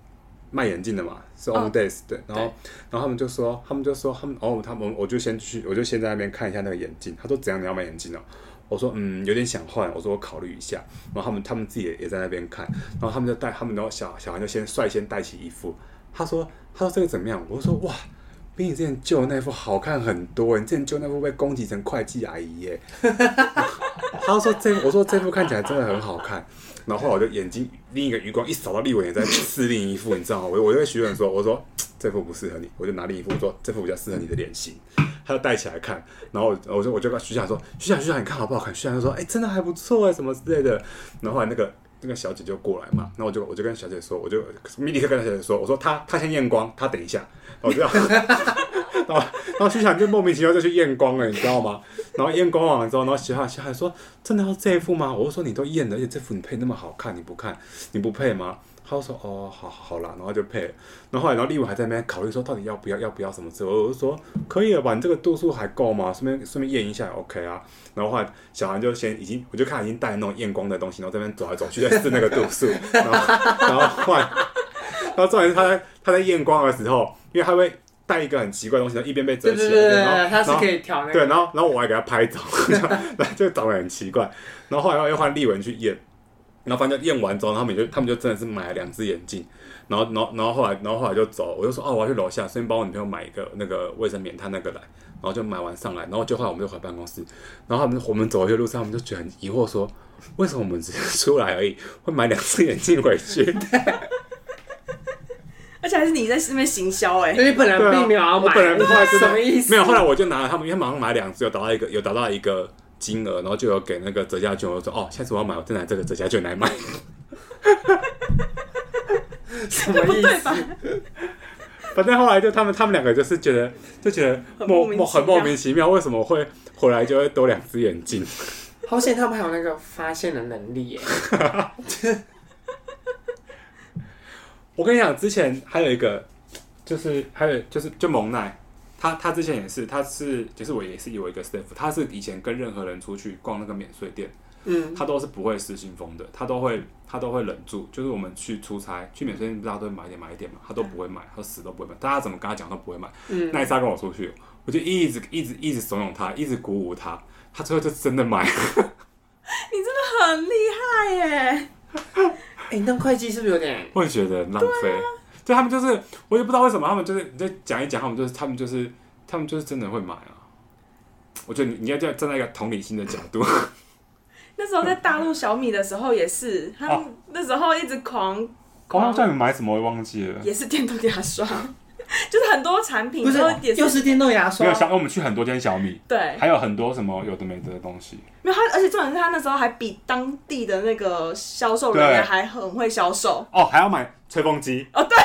卖眼镜的嘛，是 On
哦
Days 对，然后然后他们就说，他们就说他们哦，他们我就先去，我就先在那边看一下那个眼镜。他说怎样你要买眼镜哦？我说嗯，有点想换，我说我考虑一下。然后他们他们自己也也在那边看，然后他们就带他们然后小小孩就先率先带起一副，他说他说这个怎么样？我说哇。比你之前旧的那副好看很多，你之前旧那副被攻击成会计阿姨耶。 他说这，我说这副看起来真的很好看。然后后来我就眼睛另一个余光一扫到立文也在试另一副，你知道吗？我我就跟徐远说，我说这副不适合你，我就拿另一副，我说这副比较适合你的脸型，他就戴起来看，然后我我就我就跟徐翔说，徐翔徐翔你看好不好看？徐翔就说，哎、真的还不错哎，什么之类的。然后后来那个那个小姐就过来嘛，然后我就我就跟小姐说，我就立刻跟小姐说，我说她她先验光，她等一下，然后我就然后 然后徐翔就莫名其妙就去验光了，你知道吗？然后验光完之后，然后徐翔徐翔说，真的要这一副吗？我就说你都验了，而且这副你配那么好看，你不看你不配吗？他就说哦，好好啦，然后就配了。然后后来，然后立伟还在那边考虑说到底要不要要不要什么之类的，我就说可以了吧，你这个度数还够吗？顺便顺便验一下也，OK 啊。然后后来小韩就先已经，我就看他已经带那种验光的东西，然后这边走来走去在试那个度数，然后然后后来，然后重点是他在他在验光的时候，因为他会带一个很奇怪的东西，然后一边被
对
折起来，
对对对
然
对，
后
他是
然后
可以调那
对，
个，
然后然后我还给他拍照， 然后就长得很奇怪。然后后来又换丽文去验，然后反正验完之后，他们就他们就真的是买了两只眼镜。然后然后然后后来然后后来就走，我就说哦，我要去楼下，顺便帮我女朋友买一个那个卫生棉，她那个来。然后就买完上来，然后就后来我们就回办公室，然后他们我们走回去路上，他们就觉得很疑惑说，为什么我们只是出来而已，会买两只眼镜回去？
而且还是你在那边行销哎、
因为本来
对啊
并没有要
我
买，
本来后来知道
什么意思？
没有，后来我就拿了他们，因为马上买两只，有达到一个有达到一个金额，然后就有给那个折价券，我就说哦，下次我要买，我再拿这个折价券 来买。
什么意思？
反正后来就他们他们两个就是觉得就觉得莫
很
莫
莫名其妙
很莫名其妙，为什么会回来就会多两只眼镜？
好险他们还有那个发现的能力耶！
我跟你讲，之前还有一个就是还有就是就蒙奈。他他之前也是，他是其实我也是有一个 staff，他是以前跟任何人出去逛那个免税店，
嗯，
他都是不会失心疯的，他都会他都会忍住。就是我们去出差，去免税店，不知道都会买一点买一点嘛，他都不会买，他死都不会买。大家怎么跟他讲都不会买。
嗯
那一次他跟我出去，我就一直一直一直怂恿他，一直鼓舞他，他最后就真的买。
你真的很厉害耶、
哎，那会计是不是有点？
会觉得很浪费。啊就他们就是，我也不知道为什么他们就是，你就讲一讲，他们就是，他们就是，他们就是真的会买啊。我觉得你你要站站在一个同理心的角度，
那时候在大陆小米的时候也是，他
哦
们那时候一直狂狂
你买什么 我忘记了
也是电动牙刷， 就是很多产品
不是
都也，
又
是
是电动牙刷，
我们去很多间小米，
对，
有很多什么有的没的的东西。
没有他，而且重点是他那时候还比当地的那个销售人员
对
还很会销售。
哦，还要买吹风机，
哦，对，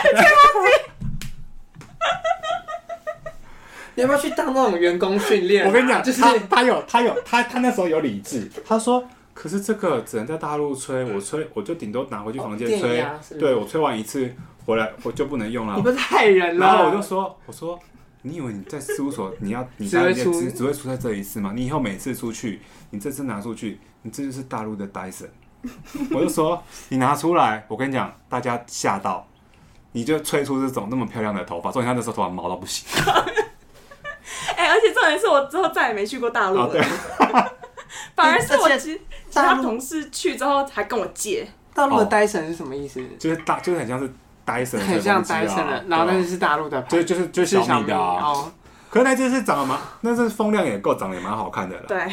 你要不要去当那种员工训练啊？
我跟你讲，
就是
他他有他有他他那时候有理智，他说。可是这个只能在大陆吹，我吹我就顶多拿回去房间
哦电
吹，
压是不是
对我吹完一次回来我就不能用了
你。不是害人啊了。
然后我就说，我说你以为你在事务所你要你
只会
在只
出
只会出在这一次吗？你以后每次出去，你这次拿出去，你这就是大陆的 Dyson。我就说你拿出来，我跟你讲，大家吓到，你就吹出这种那么漂亮的头发，重点他那时候头发毛到不行。
哎、而且重点是我之后再也没去过大陆
啊
了。
对
反而是我
哦而且
其其
大
他
陆
同事去之后还跟我借，
大陆的
哦
Dyson 是什么意思？
就是大，就是很像是 Dyson，的
很像
吹风机
Dyson
啊
的，然后但
对啊
是是大陆的牌，
就是就是就是
是
小米
米
的啊。
哦。
可是那只是长得蛮，那只风量也够，长得也蛮好看的了。
对，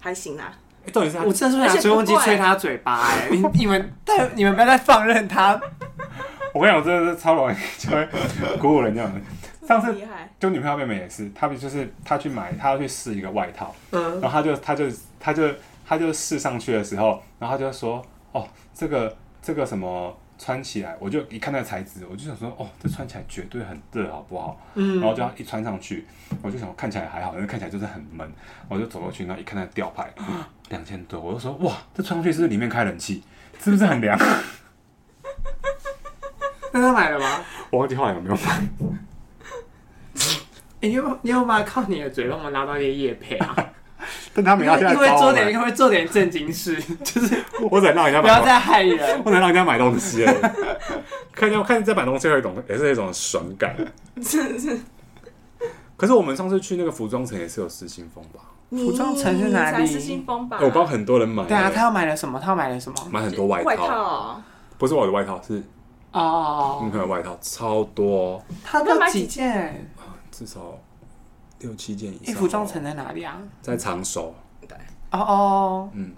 还行啊啦。
欸重点是它
我真的是想吹风机吹他嘴巴哎、你 你们但你们不要再放任他。
我跟你讲，我真的是超容易 就会鼓舞人这样的。上次
厉害，
就女朋友妹妹也是，她不就是她去买，她要去试一个外套，
嗯，
然后她就她就她就她就试上去的时候，然后她就说：“哦，这个这个什么穿起来，我就一看那个材质，我就想说，哦，这穿起来绝对很热，好不好？”
嗯
然后就要一穿上去，我就想看起来还好，但是看起来就是很闷，我就走过去，然后一看那个吊牌，两千多，我就说：“哇，这穿上去是不是里面开冷气？是不是很凉？”
那他买了 吗？
我忘记后来有没有买。
欸、你有你有办法靠你的嘴帮我拿到一些叶配 啊？
但他们要现在
因为
找
做
我
点
买，
因为做点正经 事，就是
我只能让人家
不
买
要
我，
再害人。
不能让人家买东西了。 看见看见在买东西会有一种，也是一种爽感。
真的是。
可是我们上次去那个服装城也是有失心疯吧？
服装城是哪里
你才是新风吧？
哎我帮很多人买，
对啊，他要买了什么？他要买了什么？
买很多外
外
套，
套，
不是我的外套，是女
哦，
朋友的外套，超多哦，
他
他
都
买
几
几
件？
至少六七件以
哎，
上哦。
服装城在哪里啊？
在长手，
哦哦，
嗯，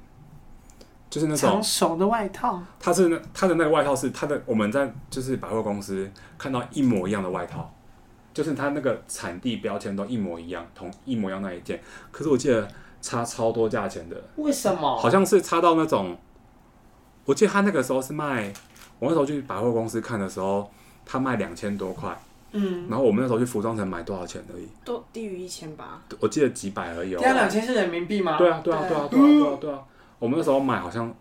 就是那种
长手的外套，
他是那他的那个外套是他的，我们在就是百货公司看到一模一样的外套，就是他那个产地标签都一模一样，同一模一样那一件。可是我记得差超多价钱的，
为什么？
好像是差到那种，我记得他那个时候是卖，我那时候去百货公司看的时候，他卖两千多块，
嗯，
然后我们那时候去服装城买多少钱而已，
都低于一千吧。
我记得几百而已、哦。
这样两千是人民币吗？
对啊，对啊，对啊，对啊，对啊，对啊，我们那时候买好像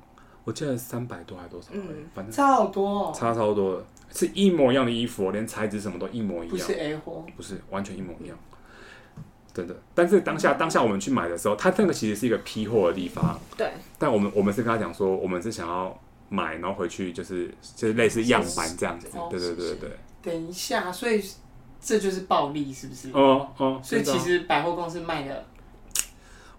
我记得三百多还多少而已，
嗯
反正。
差好多哦，
差超多的，是一模一样的衣服哦，连材质什么都一模一
不
样
是，A 货。
不是完全一模一样，真的。但是当下当下我们去买的时候，它那个其实是一个批货的地方，
对，
但我们我们是跟他讲说，我们是想要买，然后回去就是就是类似样板这样子
哦，
对对对
是
对对，
等一下，所以这就是暴利，是不是？
哦哦，
所以
真的
其
啊
实百货公司卖的，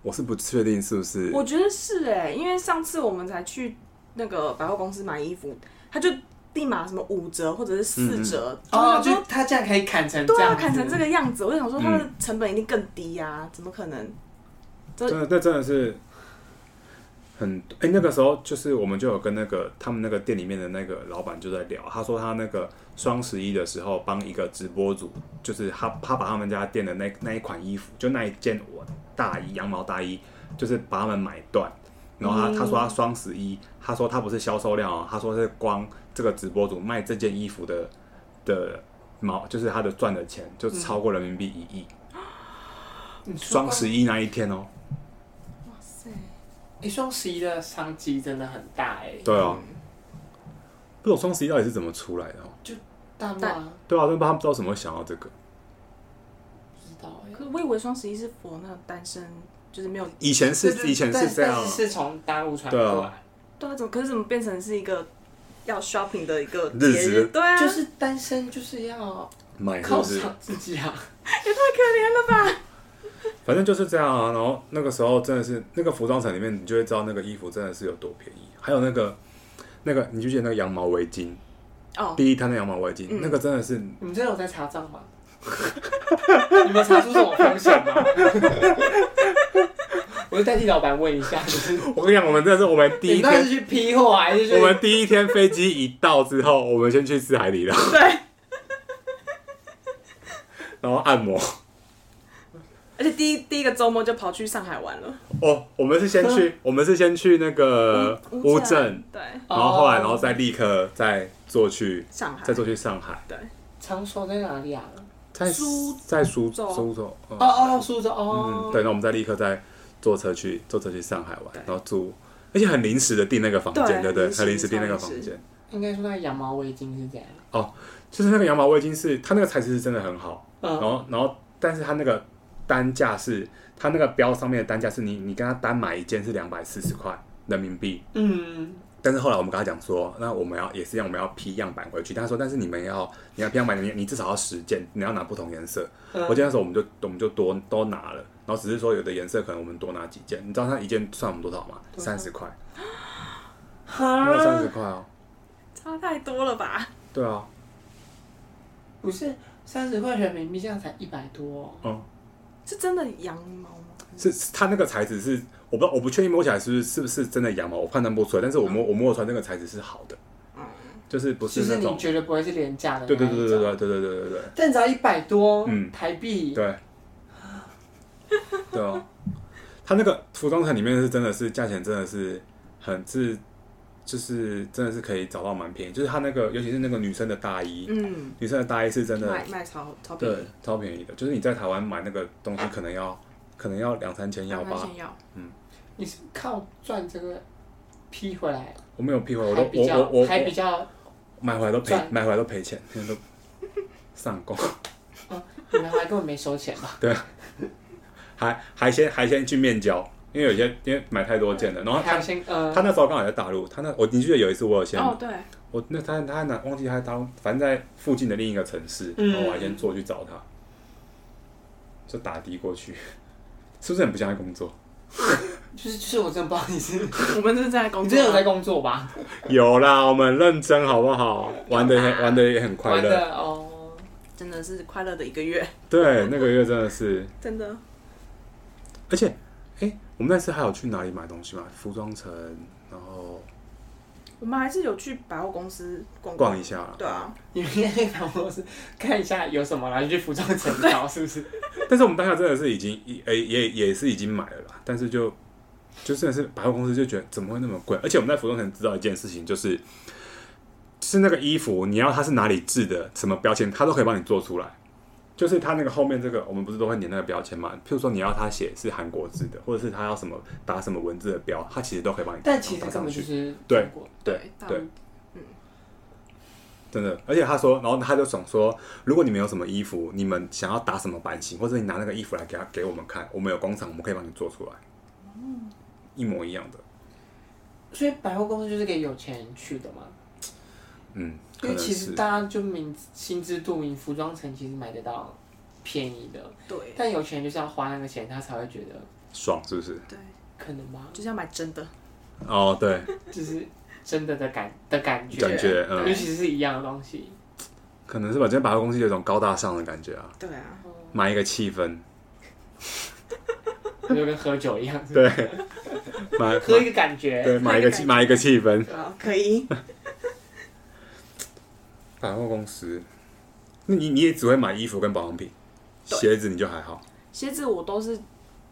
我是不确定是不是，
我觉得是哎、因为上次我们才去那个百货公司买衣服，他就立马什么五折或者是
嗯
四折，
哦，
就
就是它这样可以砍成
对
这
啊，
样，
砍成这
个，
个样子，我就想
嗯
说它的成本一定更低呀、怎么可能？
真的那真的是很哎、那个时候就是我们就有跟那个他们那个店里面的那个老板就在聊，他说他那个双十一的时候帮一个直播主，就是他他把他们家店的那那一款衣服，就那一件我大衣羊毛大衣，就是把他们买断。然后他、他说他双十一，他说他不是销售量哦，他说是光这个直播主卖这件衣服的的毛，就是他的赚的钱就超过人民币一亿。
你说
双十一那一天哦，
哇塞，
哎，双十一的商机真的很大哎，
对啊，不懂双十一到底是怎么出来的、哦？
大陆啊，
对啊，都不知道他们不知道怎么会想到这个。
不知道哎。
可是我以为双十一是佛那个单身，就是没有
以前是
对对
以前
但
是这样啊
但，是是从大陆传
对
过
啊
来，
对啊，怎么可是怎么变成是一个要 shopping 的一个
日
节
子
对啊，
就是单身就是要
买哎是
犒
不是？
赏自己啊，
反正就是这样啊。然后那个时候真的是那个服装城里面，你就会知道那个衣服真的是有多便宜。还有那个那个，你就记得那个羊毛围巾，
哦，
第一摊的羊毛围巾，
嗯
那个真的是
你们真的有在查账吗？ 你们查出什么风险 吗？我就代替老板问一下，就是
我跟你讲，我们真的是我们第
你
一
们到底是
天，
去批货啊还是去
我们第一天飞机一到之后，我们先去吃海底捞，
对，
然后按摩。
而且第一第一个周末就跑去上海玩了，
哦，我们是先 去，我们是先去那个乌镇，，
对，
然后后来，
哦
然后再立刻再坐去
上海，
再坐去上海，
对，
场所在哪里啊？
在
苏
在苏
州
苏州，哦
哦哦，苏州哦
嗯，，对，那我们再立刻再坐车去坐车去上海玩
对，
然后住，而且很临时的订那个房间，
对
对不对，
临时
很临时订那个
超
房
临时
间，
应该说那个羊毛围巾是这样，
就是那个羊毛围巾是它那个材质是真的很好，然
嗯，
后然后但是它那个单价是它那个标上面的单价是你你跟他单买一件是两百四十块人民币，
嗯，
但是后来我们跟他讲说，那我们要也是一样，我们要批样板回去。他说，但是你们要你要批样板，你你至少要十件，你要拿不同颜色。
嗯
我记得那时候我们就我们就多都拿了，然后只是说有的颜色可能我们多拿几件。你知道他一件算我们多少吗？三十块，没有三
哈
十，块哦。
差太多了吧？
对啊，
不是三十块人民币，这样才一百多哦、
嗯，
是真的羊毛吗？
是是它那个材质是我不知道，我不确定摸起来是不是是不是真的羊毛，我判断不出来。但是我摸我摸得出来那个材质是好的，就是不
嗯就是是
那
你
种。
绝对不会是廉价的，
对对对对对对对对对对
但只要一百多，
嗯
台币，
对，对哦，它那个服装城里面是真的是价钱真的是很是就是真的是可以找到蛮便宜，就是它那个尤其是那个女生的大衣，
嗯，
女生的大衣是真的
卖卖超超便
对
宜，
超便宜的，就是你在台湾买那个东西可能要可能要两三千要吧，
先要，
你是靠赚这个批回来，
我没有屁回，我都
还比
我我
较
我
还比较，
买回来都赔
赚，
买回来都赔钱，现在都上供，
嗯你们还根本没收钱吧？
还还先还先去面交，因为有些因为买太多件了，然后
还
啊他
有先呃
他，那时候刚好在大陆，他那我你记得有一次我有先、
哦对，
我那他他哪忘记他在大陆，反正在附近的另一个城市，
嗯
然后我还先坐去找他，就打的过去，是不是很不像在工作？
就是就是我真的不知道你是，
我们是在工
你
作
真
啊，
的有在工作吧？
有啦，我们认真好不好？玩的玩的也很快
玩
乐，
的哦，
真的是快乐的一个月，
对，那个月真的是。
真的。
而且，哎、我们那次还有去哪里买东西吗？服装城，然后
我们还是有去百货公司逛
逛一，下啦。
对啊，
你们那天想说是看一下有什么，然后就去服装城 找，是不是？
但是我们当下真的是已经也也也也是已经买了啦，但是就就真的是百货公司就觉得怎么会那么贵？而且我们在服装城知道一件事情，就是就是那个衣服，你要它是哪里制的，什么标签，它都可以帮你做出来。就是它那个后面这个，我们不是都会粘那个标签嘛？譬如说你要它写是韩国制的，或者是它要什么打什么文字的标，它其实都可以帮你打
但其实
打
根
上
本就
去。
是
对
中国
对，
大
对嗯
陆
真的，而且他说，然后他就想说，如果你们有什么衣服，你们想要打什么版型，或者你拿那个衣服来给他给我们看，我们有工厂，我们可以帮你做出来，嗯一模一样的，
所以百货公司就是给有钱人去的嘛。
嗯，可
因为
能
其实
是
大家就明心知肚明，服装城其实买得到便宜的，
对
但有钱人就是要花那个钱，他才会觉得
爽，是不是？
对，
可能吧，
就是要买真的，
哦， 对，
就是真的的感的感觉，
感觉嗯
尤其是一样的东西。
可能是吧，今天百货公司有一种高大上的感觉啊，
对啊，
买一个气氛，
就跟喝酒一样，
对，买
喝一个感觉。
对买一个气买一个气氛，
啊，可以，
百货公司，那你你也只会买衣服跟保养品，
对
鞋子你就还好，
鞋子我都是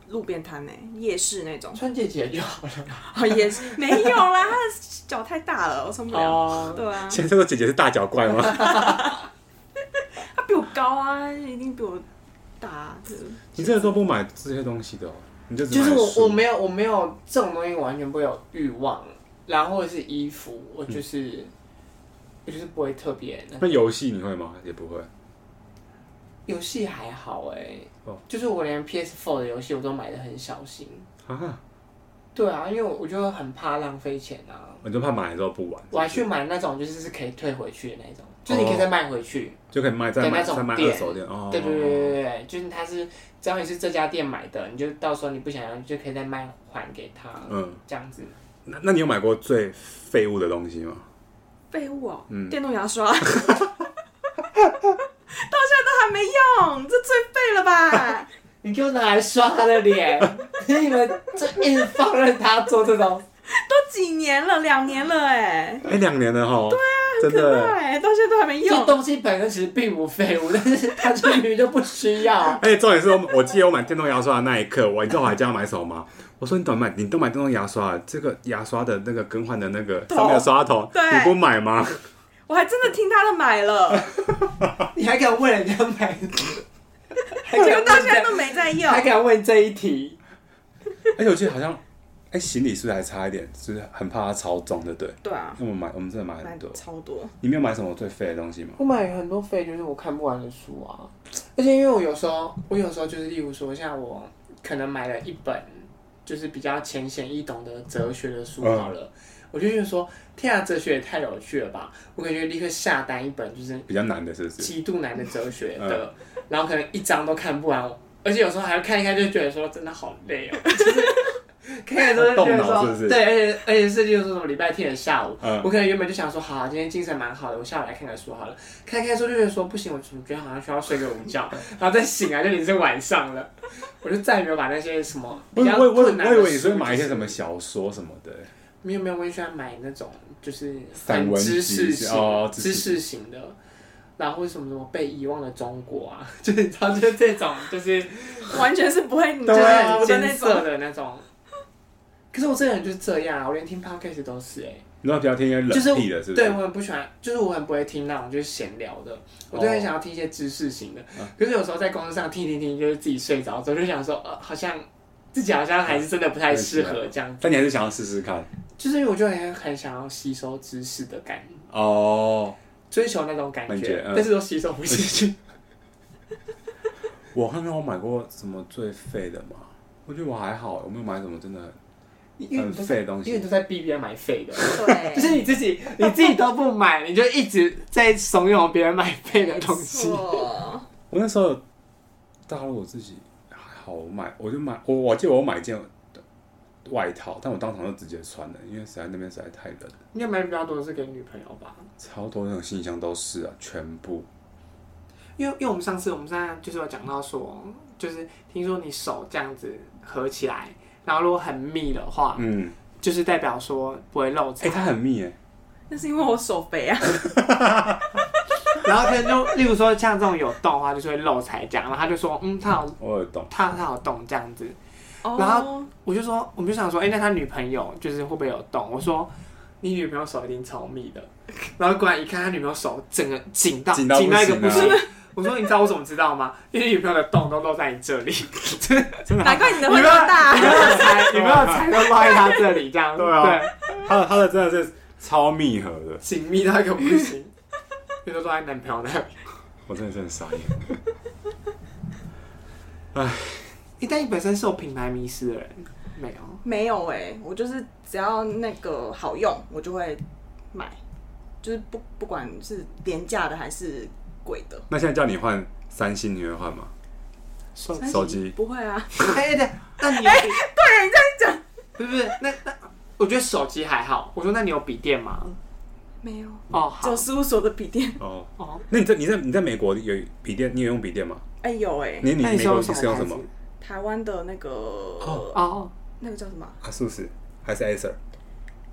路边摊呢，夜市那种，
穿姐姐就好了。
哦，夜市 没有啦，他的脚太大了，我穿不了，
哦，
对啊，
现在说姐姐是大脚怪吗？
他比我高啊，一定比我大啊，就是
你真的都不买这些东西的、哦，你就只
就
买
是
书
我我没有我没有这种东西，完全不会有欲望。然后或者是衣服，我就是、
嗯
我就是不会特别那个
那游戏你会吗？也不会。
游戏还好哎、
哦
就是我连 PS4 的游戏我都买的很小心。
啊，
对啊，因为我我就很怕浪费钱啊。
我就怕买了之后不玩，
我还去买那种就是是可以退回去的那种，就是你可以再卖回去。
就可以卖再
对
卖
那种
再卖
店
二手店哦。
对对对对对对，就是它是只要你是这家店买的，你就到时候你不想要，你就可以再卖还给他。
嗯，
这样子。
那那你有买过最废物的东西吗？
废物哦，
嗯
电动牙刷，到 现在都还没用，这最废 了吧？
你给我拿来刷他的脸，你们就一直放任他做这种，
都几年了，两年了哎，
哎，两年了哈。对啊，真的。
对，到现在都还没
这
用，
东西本身其实并不废物，但是他就明明就不需要。
而且哎重点是我，我记得我买电动牙刷的那一刻，我你知道我还叫他买什么吗？我说你怎么买？你都买电动牙刷了，这个牙刷的那个更换的那个
头
上面的刷头，
对
你不 买吗？
我还真的听他的买了，
你还敢问人家买？ 还
结果
敢
到现
问
在
这
都没在用
还，敢问这一题？
而且我记得好像，哎，行李是不是还差一点？就是很怕它超重，对不对？
对啊，
我们买，我们真的买
买
很多。
超多，
你没有买什么最废的东西吗？
我买很多废，就是我看不完的书啊。而且因为我有时候，我有时候就是，例如说，像我可能买了一本就是比较浅显易懂的哲学的书好了，我就觉得说，天啊，哲学也太有趣了吧！我感觉立刻下单一本，就是
比较难的，是不是？
极度难的哲学的，
嗯
然后可能一章都看不完，而且有时候还要看一看，就觉得说真的好累 哦，就是看一看之后就觉
动
得说。
脑是不是？
对，而且而且是就是什么礼拜天的下午，
嗯
我可能原本就想说，好、啊，今天精神蛮好的，我下午来看看书好了。看一看书就觉得说不行，我总觉得好像需要睡个午 觉，然后再醒来就已经是晚上了，我就再也没有把那些什么比
我
较
我我我
困难的
以为你是会
书
买一些
就是
什么小说什么的，欸
没有没有，我很喜欢买那种就是
散
很
文
知
集
识
是
型、
哦知
知
识
识型的，然后什么什么被遗忘的中国啊， 就是他就是这种就是
完全是不会你
就
就
是是
啊
我
很
的
艰
那
涩
种。
的那种。可是我这个人就是这样啊，我连听 podcast 都是哎、
你知道比较听一些
就是
冷僻的，是不
对
是
我？很不喜欢，就是我很不会听那种就是闲聊的，我就很想要听一些知识型的。
嗯
可是有时候在公司上听听听，就是自己睡着之后就想说，呃，好像自己好像还是真的不太适合这样，
但你还是想要试试看
就是因为我就很很想要吸收知识的感觉。
哦。
追求那种感
感觉
觉，
嗯
但是都吸收不进去。
我看看我买过什么最废的吗？我觉得我还好，我没有买什么真的
因为你都
很废的东西
因为你都在逼别人买废的， 就
对，
是你自己你自己都不买，你就一直在怂恿别人买废的东西。
错。
我那时候大陆我自己还好，我买我就买我我记得我买一件外套，但我当场就直接穿了，因为实在那边实在太冷了，
你有买比较多的是给女朋友吧？
超多那种行李箱都是啊，全部
因为因为我们上次我们上次就是有讲到说，就是听说你手这样子合起来，然后如果很密的话，
嗯，
就是代表说不会漏
哎、
财。
它很密哎、
那是因为我手肥啊，
然后可能就例如说像这种有洞的话，就是会漏财这样。然后他就说，嗯，他有
我有懂，
他他有洞这样子。然
哦，
我就说，我们就想说，哎、那他女朋友就是会不会有动？我说，你女朋友手一定超密的。然后果然一看，他女朋友手整个紧到
啊紧到不
到一个不
行啊
行。我说，你知道我怎么知道吗？因为女朋友的洞都露在你这里，真的。
难啊怪你的
女朋
会
友
那么大
女。朋友才女朋友才都落在他这里，这样
对啊它的它的真的是超密合的，
紧密到一个不行。就都落在男朋友那里。
我真的是很 傻眼。
哎但你本身是有品牌迷失的人，没有？
没有哎、我就是只要那个好用，我就会买，就是不不管是廉价的还是贵的。
那现在叫你换三星，你会换吗？
手
手机
不会 啊，
哎哎对，那你哎，对，你这样讲，不是不是，那那我觉得手机还好。我说那你有笔电吗？
没有，
哦，
只有
好，
事务所的笔电。
哦，
哦，
那你在你在你在美国有笔电，你有用笔电吗？
哎、有哎、
你你
那你
美
是用
国
什么
是用什
牌
么
子？？
台湾的那个、
哦
哦，
那个叫什么啊
阿苏斯还是 Acer？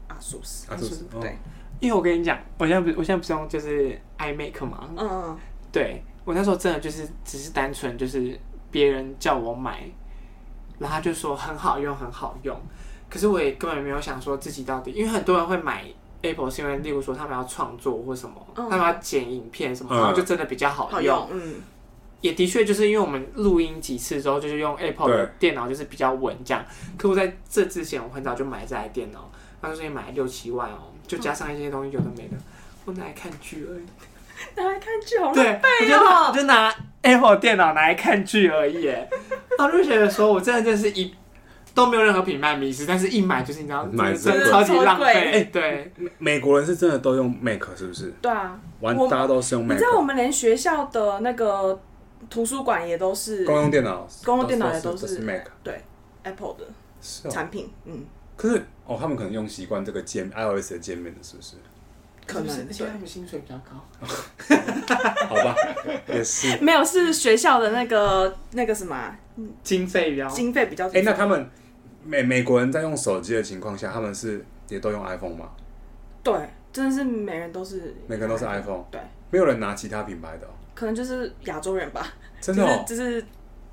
阿苏斯？
阿苏斯
Asus，
哦
对，
因为我跟你讲，我现在不是我现在不是用就是 iMac 嘛，
嗯，
对我那时候真的就是只是单纯就是别人叫我买，然后他就说很好用很好用，可是我也根本没有想说自己到底，因为很多人会买 Apple 是因为例如说他们要创作或什么，
嗯
他们要剪影片什么，
嗯
然后就真的比较好
好
用。
用，嗯，
也的确就是因为我们录音几次之后，就是用 Apple 的
对
电脑就是比较稳这样。可我在这之前，我很早就买这台电脑，当时也买了六七万哦，就加上一些东西有的没的，我拿来看剧而已。
大家看剧好哦
对，我就拿我就拿 Apple 电脑拿来看剧而已 耶。然后就觉得说，我真的真是一都没有任何品牌迷失，但是一买就是你知道，
买
真
真
的
的
超级浪
超贵
费。对，
美国人是真的都用 Mac 是不是？
对啊，
玩
我
大家都是用
你
Mac，
知道我们连学校的那个图书馆也都是
公用电脑，
公用电脑也
都
是
是 Mac。
对 Apple 的
是哦，
产品，嗯，
可是哦，他们可能用习惯这个界面 iOS 的界面的，是不是？
可
而
能
且他们薪水比较高。
好 吧，也是。
没有是学校的那个那个什么啊
经费比较
经费比较。
哎、那他们美美国人在用手机的情况下，他们是也都用 iPhone 吗？
对，真的是每人都是
每个人都是 iPhone，
对，
没有人拿其他品牌的哦、
可能就是亚洲人吧，
真的哦。
就是就是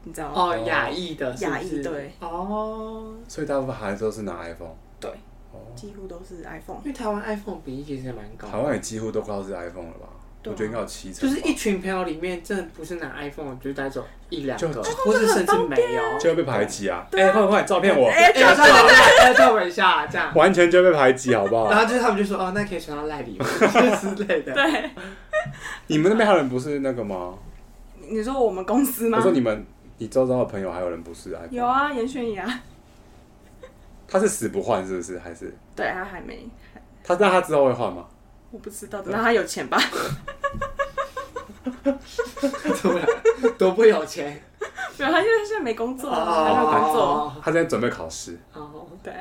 你知道吗？
哦，亚裔的是不是
亚裔对
哦，
所以大部分还是都是拿 iPhone，
对，
哦
几乎都是 iPhone
因。为台湾 iPhone 比例其实也蛮高
台
的，
湾也几乎都快要是 iPhone 了吧？
对啊
我觉得应该有七成
就
吧，
是一群朋友里面，真的不是拿 iPhone，就带走一两
就
个，或
哦
者甚至没有，
就会被排挤啊！哎、快快照片我，
哎
哎，照我一下，哎照我一下，这样。
完全就会被排挤，好不 好
然？后就是他们就说哦，那可以传到赖里吗 之类的。
对，
你们那边还有人不是那个吗？
你说我们公司吗
我？说你们，你周遭的朋友还有人不是 iPhone？
有，啊，严轩怡啊，
他是死不换是不是？还是
对他还没，
他那他之后会换吗？
我不知道，等到他有钱吧。
怎么了？多不有钱？
没有，他因为他现在没工作啊，
哦
他没有工作。
哦
他在准备考试。
哦，对，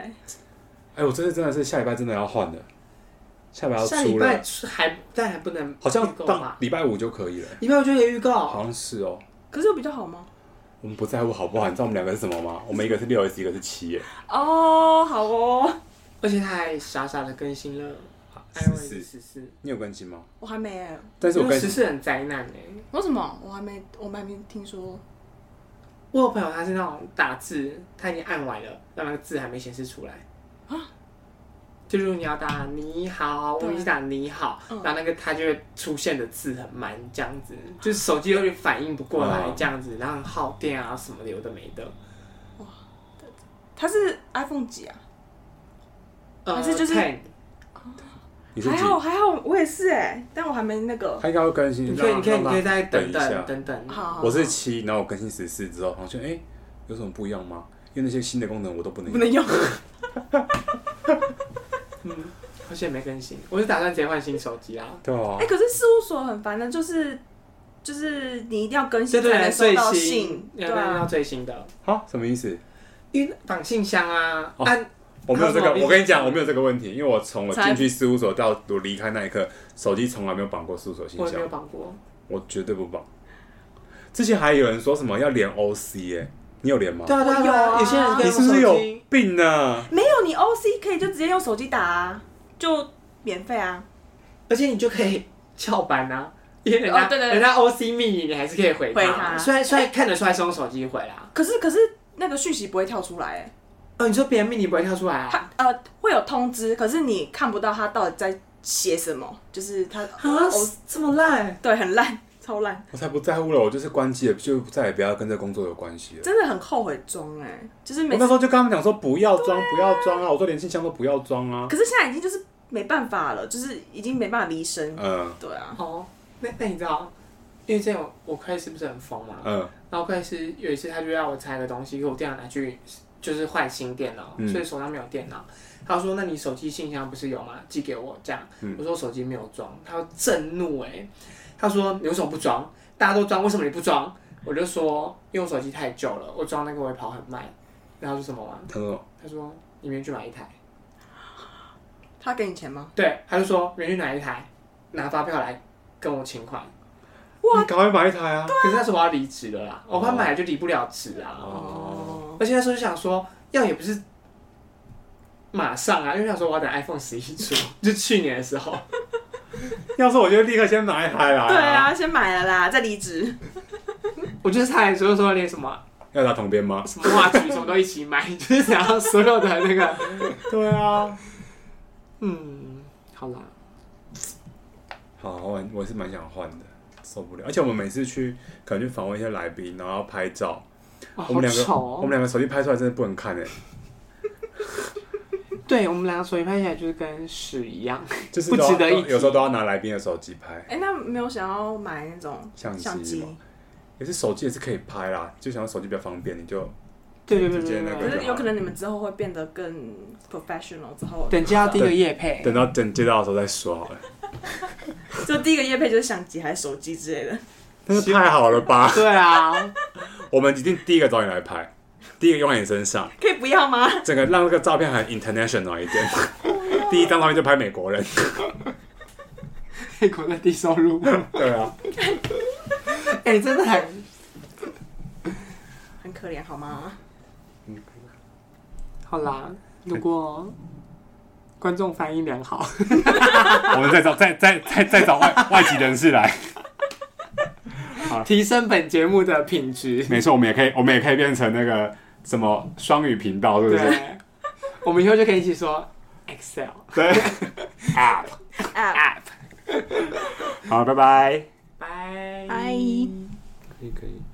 哎、我这次真的是下礼拜真的要换的，下礼拜要
下礼
出了
拜，还但还不能
好像
预购
到
吧？
礼拜五就可以了、
礼拜我就有预
好
告，
像是哦。
可是有比较好吗？
我们不在乎好不好？你知道我们两个是什么吗？我们一个是六 S，一个是七耶。
哦，好哦，
而且他还傻傻的更新了
十
iOS
四
十四，
你有更新吗？
我还没欸，
但是我更
十四很灾难哎。
为什么？我还没，我们还没听说。
我有朋友他是那种打字，他已经按完了，但那个字还没显示出来
啊。
就如果你要打你好，我
对
们一起打你好，
嗯
然后那个它就会出现的字很慢，这样子，就是手机有点反应不过来
嗯
这样子，然后很耗电啊什么的，有的没的。
他是 iPhone 几啊？
呃
还是就是
10,
你是
还
几？
好还好，我也是哎，但我还没那个。
他应该会更新。
你可以你可以
让
你
他
可以再等
一下
等。等等，
好，好
我是七，然后我更新十四之后，然后就哎、有什么不一样吗？因为那些新的功能我都不能
不能用。
而且没更新，我是打算直接换新手机啊。
对啊
哎、，可是事务所很烦的，就是就是你一定要更
对
新才
对，
能收
最
到
新
信，，对
要要
啊，
最新的，
啊，什么意思？
因为绑信箱啊，
哦
按
我没有这
他
个，
怎么
我跟你讲，我没有这个问题，因为我从我
才
进去事务所到我离开那一刻，手机从来没有绑过事务所信
我也没有
箱，哦
绑过，
我绝对不绑。之前还有人说什么要连 OC 耶、你有连吗？
对啊对啊，对啊
我有啊
有些人可以
你
用
是不
手
是有
机
病啊？
没有你 OC 可以就直接用手机打啊，就免费啊。
而且你就可以翘班 啊，因为人家、
哦对对对
人家 OC 密你，你还是可以回
回
他
他
虽然虽然看得出来是用手机回啦。
可是可是那个讯息不会跳出来哎，
哦，你说别人密你不会跳出来啊？
它呃会有通知，可是你看不到它到底在写什么，就是它
啊
O，
这么烂，
对很烂，超烂，
我才不在乎了，我就是关机了，就再也不要跟这工作有关系了。
真的很后悔装哎，就是
我
每
那时
次，
候就跟他们讲说不要装，不要装啊！我说连信箱都不要装啊。
可是现在已经就是没办法了，就是已经没办法离身，
嗯
对啊，
哦，那那你知道，因为之前我我会计师不是很疯嘛，
嗯，
然后会计师有一次他就要我拆个东西，给我电脑拿去就是换新电脑，
嗯
所以手上没有电脑。他说：“那你手机信箱不是有吗？寄给我。”这样，
嗯
我说我手机没有装，他震怒哎、他说：“你为什么不装？大家都装，为什么你不装？”我就说：“因为我手机太旧了，我装那个会跑很慢。”然后他说什么吗？
他说
他说：“你明天去买一台。
他给你钱吗？”
对，他就说：“明天去买一台，拿发票来跟我请款。
哇
你赶快买一台啊！”
可是那时候我要离职了啦，我怕买了就离不了职啊。
哦
而且那时候就想说，要也不是马上啊，因为想说我要等 iPhone 十一出， 就去年的时候。
要是我就立刻先买一台来。
对，啊，先买了啦，再离职。
我就是差点说说连什么
要打统编吗？
什么袜具什么都一起买， 就是想要所有的那个，
对啊。
嗯，好啦，
好，我我是蛮想换的，受不了。而且我们每次去可能去访问一些来宾，然后拍照，
哇
我
好
们两个
丑
我
哦
们。两个手机拍出来真的不 能看哎，
对我们两个手机拍起来就是跟屎一样，
就是
不
都要
值得一
都
提
有时候都要拿来宾的手机拍，
哎、那没有想要买那种
相机
相机
吗，也是手机也是可以拍啦，就想要手机比较方便，你就
对对对
直接
对
那个
可
对。
是有可能你们之后会变得更 professional 之后，
等接到第一个夜配，
等到等接到的时候再说好了。
就第一个业配就是相机还是手机之类的。
但是太好了吧？
对啊，
我们一定第一个找你来拍，第一个用在你身上，
可以不要吗？
整个让这个照片很 international 一 点。第一张照片就拍美国人，
美国的哎低收入，
对啊，
哎、真的很
很可怜 好吗？
好啦。如果观众反应良好，
我们再找再再再再找外外籍人士来，
提升本节目的品质。
没错，我们也可以，我们也可以变成那个什么双语频道，是不是？
对， 我们以后就可以一起说 Excel
对 ，App，
啊，
app。
好，拜拜。
拜
拜。
可以可以。